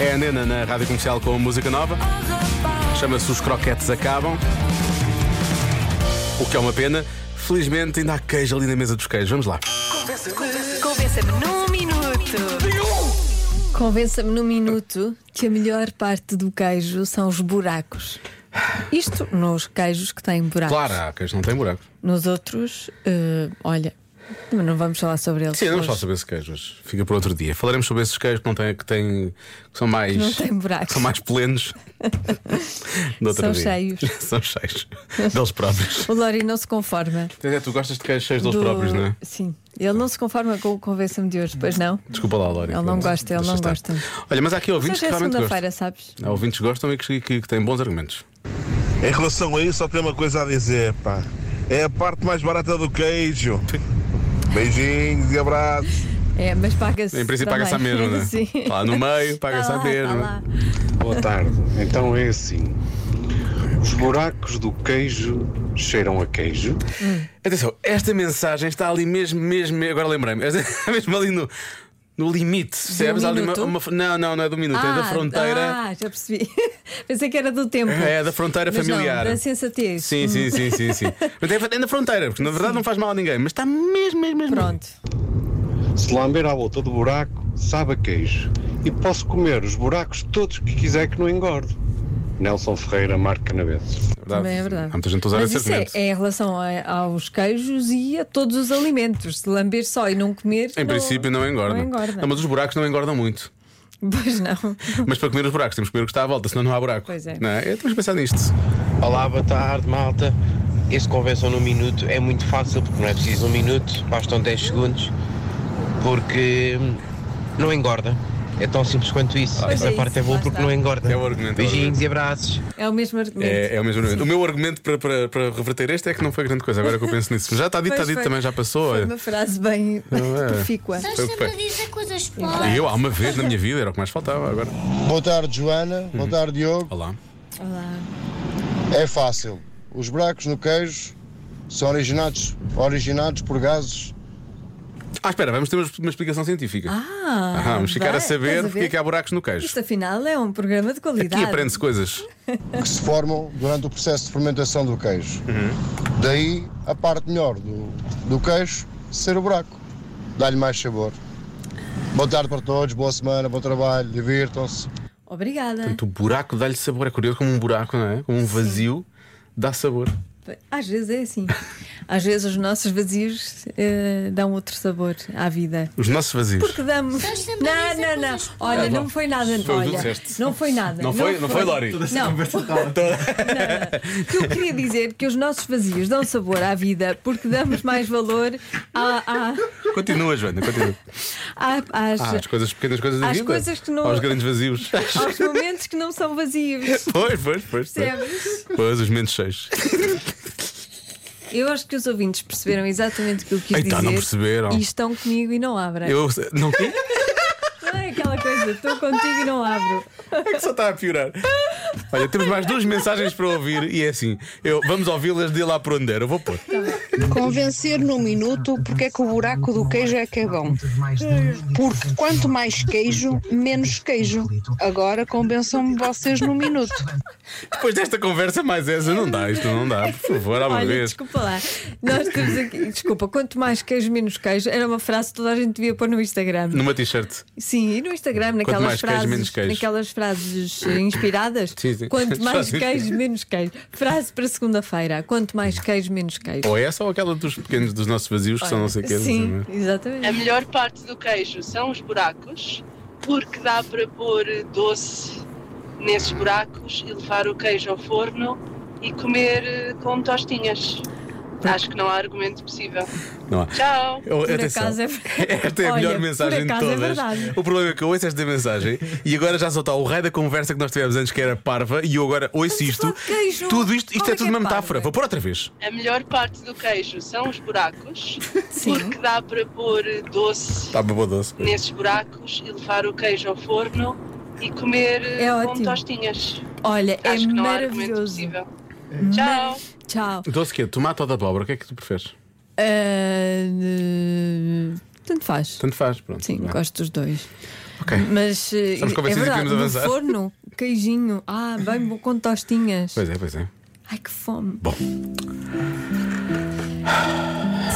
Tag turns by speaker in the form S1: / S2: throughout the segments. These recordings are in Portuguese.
S1: É a Nena na Rádio Comercial com música nova. Chama-se Os Croquetes Acabam. O que é uma pena. Felizmente ainda há queijo ali na mesa dos queijos. Vamos lá.
S2: Convença-me num minuto.
S3: Convença-me num minuto que a melhor parte do queijo são os buracos. Isto nos queijos que têm buracos.
S1: Claro, há queijo, não tem buraco.
S3: Nos outros, eh, olha, mas não vamos falar sobre eles.
S1: Sim, não vamos
S3: hoje.
S1: falar sobre esses queijos. Fica por outro dia. Falaremos sobre esses queijos que, não têm, que, têm, que são mais.
S3: Não têm buracos.
S1: que São mais plenos. Do outro
S3: São
S1: dia.
S3: cheios.
S1: são cheios. Deles próprios.
S3: O Lori não se conforma.
S1: Até tu gostas de queijos cheios deles
S3: do-
S1: próprios, não é?
S3: Sim. Ele não se conforma com o convença-me de hoje, pois não?
S1: Desculpa lá, Lória.
S3: Ele não
S1: Pronto,
S3: gosta, ele
S1: deixa
S3: não
S1: estar.
S3: gosta.
S1: Olha, mas há aqui ouvintes
S3: Mas
S1: que
S3: é
S1: realmente gostam.
S3: segunda-feira, sabes?
S1: Há ouvintes que gostam e que, que- que têm bons argumentos.
S4: Em relação a isso, só tenho uma coisa a dizer, pá. É a parte mais barata do queijo. Beijinhos e abraços.
S3: É, mas paga-se.
S1: Em princípio, paga-se à
S3: também.
S1: mesma, não é?
S3: Sim.
S1: Está Lá no meio, paga-se
S3: Está
S1: à
S3: lá,
S1: mesma.
S3: está lá.
S5: Boa tarde. Então é assim. Os buracos do queijo cheiram a queijo.
S1: Atenção, esta mensagem está ali mesmo, mesmo, agora lembrei-me, esta- é mesmo ali no, no limite, percebes? Há ali uma-
S3: minuto?
S1: uma- não, não, não é do minuto, é da fronteira.
S3: Ah, já percebi. Pensei que era do tempo.
S1: É, da fronteira
S3: Mas
S1: familiar.
S3: Não, da sensatez.
S1: Sim, sim, sim, sim, sim. Mas é é na fronteira, porque na verdade não faz mal a ninguém, mas está mesmo, mesmo, mesmo.
S3: Pronto.
S5: Se lamber à volta do buraco, sabe a queijo. E posso comer os buracos todos que quiser que não engordo. Nelson Ferreira, Marco Canaveses.
S3: Também é verdade.
S1: Há muita gente a usar
S3: Mas
S1: esse
S3: isso é,
S1: argumento.
S3: é em relação a- aos queijos e a todos os alimentos. Se lamber só e não comer.
S1: Em princípio não engorda.
S3: é Não engorda.
S1: mas os buracos não engordam muito.
S3: Pois não.
S1: Mas para comer os buracos temos que comer o que está à volta, senão não há buraco.
S3: Pois é.
S1: Não é? Eu tenho que pensar nisto.
S6: Olá, boa tarde, malta. Este convenção no minuto é muito fácil, porque não é preciso um minuto, bastam 10 segundos, porque hum, não engorda. É tão simples quanto isso.
S3: Pois
S6: Essa
S3: é
S6: parte
S3: isso,
S6: é boa
S3: lá
S6: porque
S3: está.
S6: não engorda.
S1: É o argumento, é o
S6: Beijinhos e abraços.
S3: É o mesmo argumento.
S1: É, é o mesmo argumento. O meu argumento para, para, para reverter este é que não foi grande coisa. Agora que eu penso nisso. Já está dito, está
S3: Pois
S1: dito,
S3: foi.
S1: também já passou.
S3: Foi
S1: olha.
S3: uma frase bem
S1: é?
S3: profícua.
S7: Nós
S1: Foi-
S7: sempre
S1: foi.
S7: dizem coisas pobres.
S1: E eu, há uma vez na minha vida, era o que mais faltava agora.
S8: Boa tarde, Joana. Boa tarde, Diogo.
S1: Olá.
S8: É fácil. Os buracos no queijo são originados, originados por gases.
S1: Ah, espera, vamos ter uma, uma explicação científica.
S3: Ah,
S1: Ah, vamos ficar
S3: bem,
S1: a saber
S3: estás
S1: porque é que há buracos no queijo.
S3: Isto afinal é um programa de qualidade.
S1: Aqui aprende-se coisas.
S8: que se formam durante o processo de fermentação do queijo. Daí a parte melhor do, do queijo ser o buraco. Dá-lhe mais sabor. Boa tarde para todos, boa semana, bom trabalho, divirtam-se.
S3: Obrigada.
S1: Portanto, o buraco dá-lhe sabor. É curioso como um buraco, não é? Como um vazio dá sabor.
S3: Às vezes é assim. Às vezes os nossos vazios eh, dão outro sabor à vida.
S1: Os nossos vazios.
S3: Que damos.
S7: Estás sempre a dizer
S3: Não, não, não.
S7: coisas
S3: Olha,
S1: pobres.
S3: não foi nada.
S1: Foi o que tu
S3: Olha,
S1: disseste.
S3: não foi nada.
S1: Não foi, não foi, Lori?
S3: Não,
S1: Então,
S3: O que eu queria dizer é que os nossos vazios dão sabor à vida porque damos mais valor à- à-
S1: Continua, Joana, continua.
S3: à- às,
S1: Ah, as coisas, pequenas coisas da
S3: Às
S1: vida.
S3: coisas que não-
S1: Aos grandes vazios.
S3: aos momentos que não são vazios.
S1: pois, pois, pois. Pois,
S3: Percebes?
S1: pois os mentes cheios.
S3: Eu acho que os ouvintes perceberam exatamente o que eu quis
S1: Eita,
S3: dizer
S1: não perceberam.
S3: e estão comigo e não abrem.
S1: Eu não quê?
S3: Não é aquela coisa, estou contigo e não abro.
S1: É que só está a piorar. Olha, temos mais duas mensagens para ouvir e é assim. Eu, vamos ouvi-las de lá por onde era. Eu vou pôr.
S9: Convencer num minuto porque é que o buraco do queijo é que é bom. Porque quanto mais queijo, menos queijo. Agora convençam-me vocês num minuto.
S1: Depois desta conversa, mais essa não dá, isto não dá, por favor, há uma
S3: Olha,
S1: vez.
S3: desculpa lá. Nós temos aqui. Desculpa, quanto mais queijo, menos queijo. Era uma frase que toda a gente devia pôr no Instagram.
S1: Numa t-shirt.
S3: Sim, e no Instagram, naquelas
S1: mais queijo,
S3: frases,
S1: menos queijo.
S3: naquelas frases eh, inspiradas.
S1: Sim, sim.
S3: Quanto mais
S1: Frases.
S3: queijo, menos queijo. Frase para segunda-feira. Quanto mais queijo, menos queijo.
S1: Ou essa ou aquela dos pequenos dos nossos vazios que são não sei quê. não sei
S3: Sim,
S1: mais.
S3: exatamente.
S10: A melhor parte do queijo são os buracos, porque dá para pôr doce nesses buracos e levar o queijo ao forno e comer eh, com tostinhas. Acho que não há argumento possível.
S1: Não há.
S10: Tchau!
S1: Oh,
S3: Por
S1: atenção.
S3: acaso é verdade.
S1: Esta é a
S3: Olha,
S1: melhor
S3: por
S1: mensagem de
S3: acaso é
S1: todas.
S3: verdade.
S1: o problema é que eu ouço esta mensagem e agora já só está o raio da conversa que nós tivemos antes, que era parva, e eu agora ouço
S3: Vamos
S1: isto.
S3: falar de queijo.
S1: Tudo isto, isto
S3: Como
S1: é
S3: é que
S1: tudo
S3: é
S1: uma
S3: parva?
S1: metáfora. Vou pôr outra vez.
S10: A melhor parte do queijo são os buracos,
S3: Sim.
S10: porque dá para pôr doce
S1: Está bobo doce.
S10: nesses buracos e levar o queijo ao forno e comer eh,
S3: É
S10: com
S3: ótimo.
S10: tostinhas.
S3: Olha, é
S10: Acho que não há argumento
S3: maravilhoso.
S10: possível. Tchau!
S3: Tchau.
S1: Doce que Tomate ou de abóbora? O que é que tu preferes?
S3: Ah, eh, tanto faz.
S1: Tanto faz, pronto. é?
S3: Sim,
S1: Vá.
S3: gosto dos dois.
S1: Ok.
S3: Mas eh,
S1: Estamos
S3: é
S1: convencidos e
S3: verdade,
S1: queremos
S3: no
S1: avançar.
S3: forno, queijinho. Ah, bem bom com tostinhas.
S1: Pois é, pois é.
S3: Ai, que fome.
S1: Bom.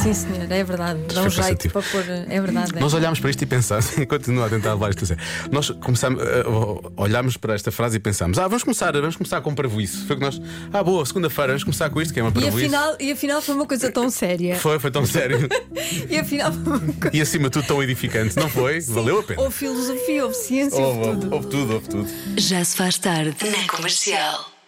S3: Sim, senhor, é verdade. Dá
S1: foi
S3: um jeito
S1: cansativo.
S3: para pôr. É verdade. é.
S1: Nós olhámos para isto e pensámos, e continuo a tentar levar isto a sério. Nós começámos, eh, o- olhámos para esta frase e pensámos, ah, vamos começar, vamos começar com parvoíce. Foi o que nós, ah, boa, segunda-feira, vamos começar com isto, que é uma
S3: E
S1: parvoíce.
S3: afinal, é. e afinal foi uma coisa tão séria.
S1: Foi, foi tão sério.
S3: E afinal foi uma coisa.
S1: e acima de tudo tão edificante, não foi? Valeu a pena. Oh.
S3: Houve filosofia, houve ciência, houve
S1: Houve,
S3: tudo.
S1: houve tudo, houve tudo.
S2: Já se faz tarde na comercial.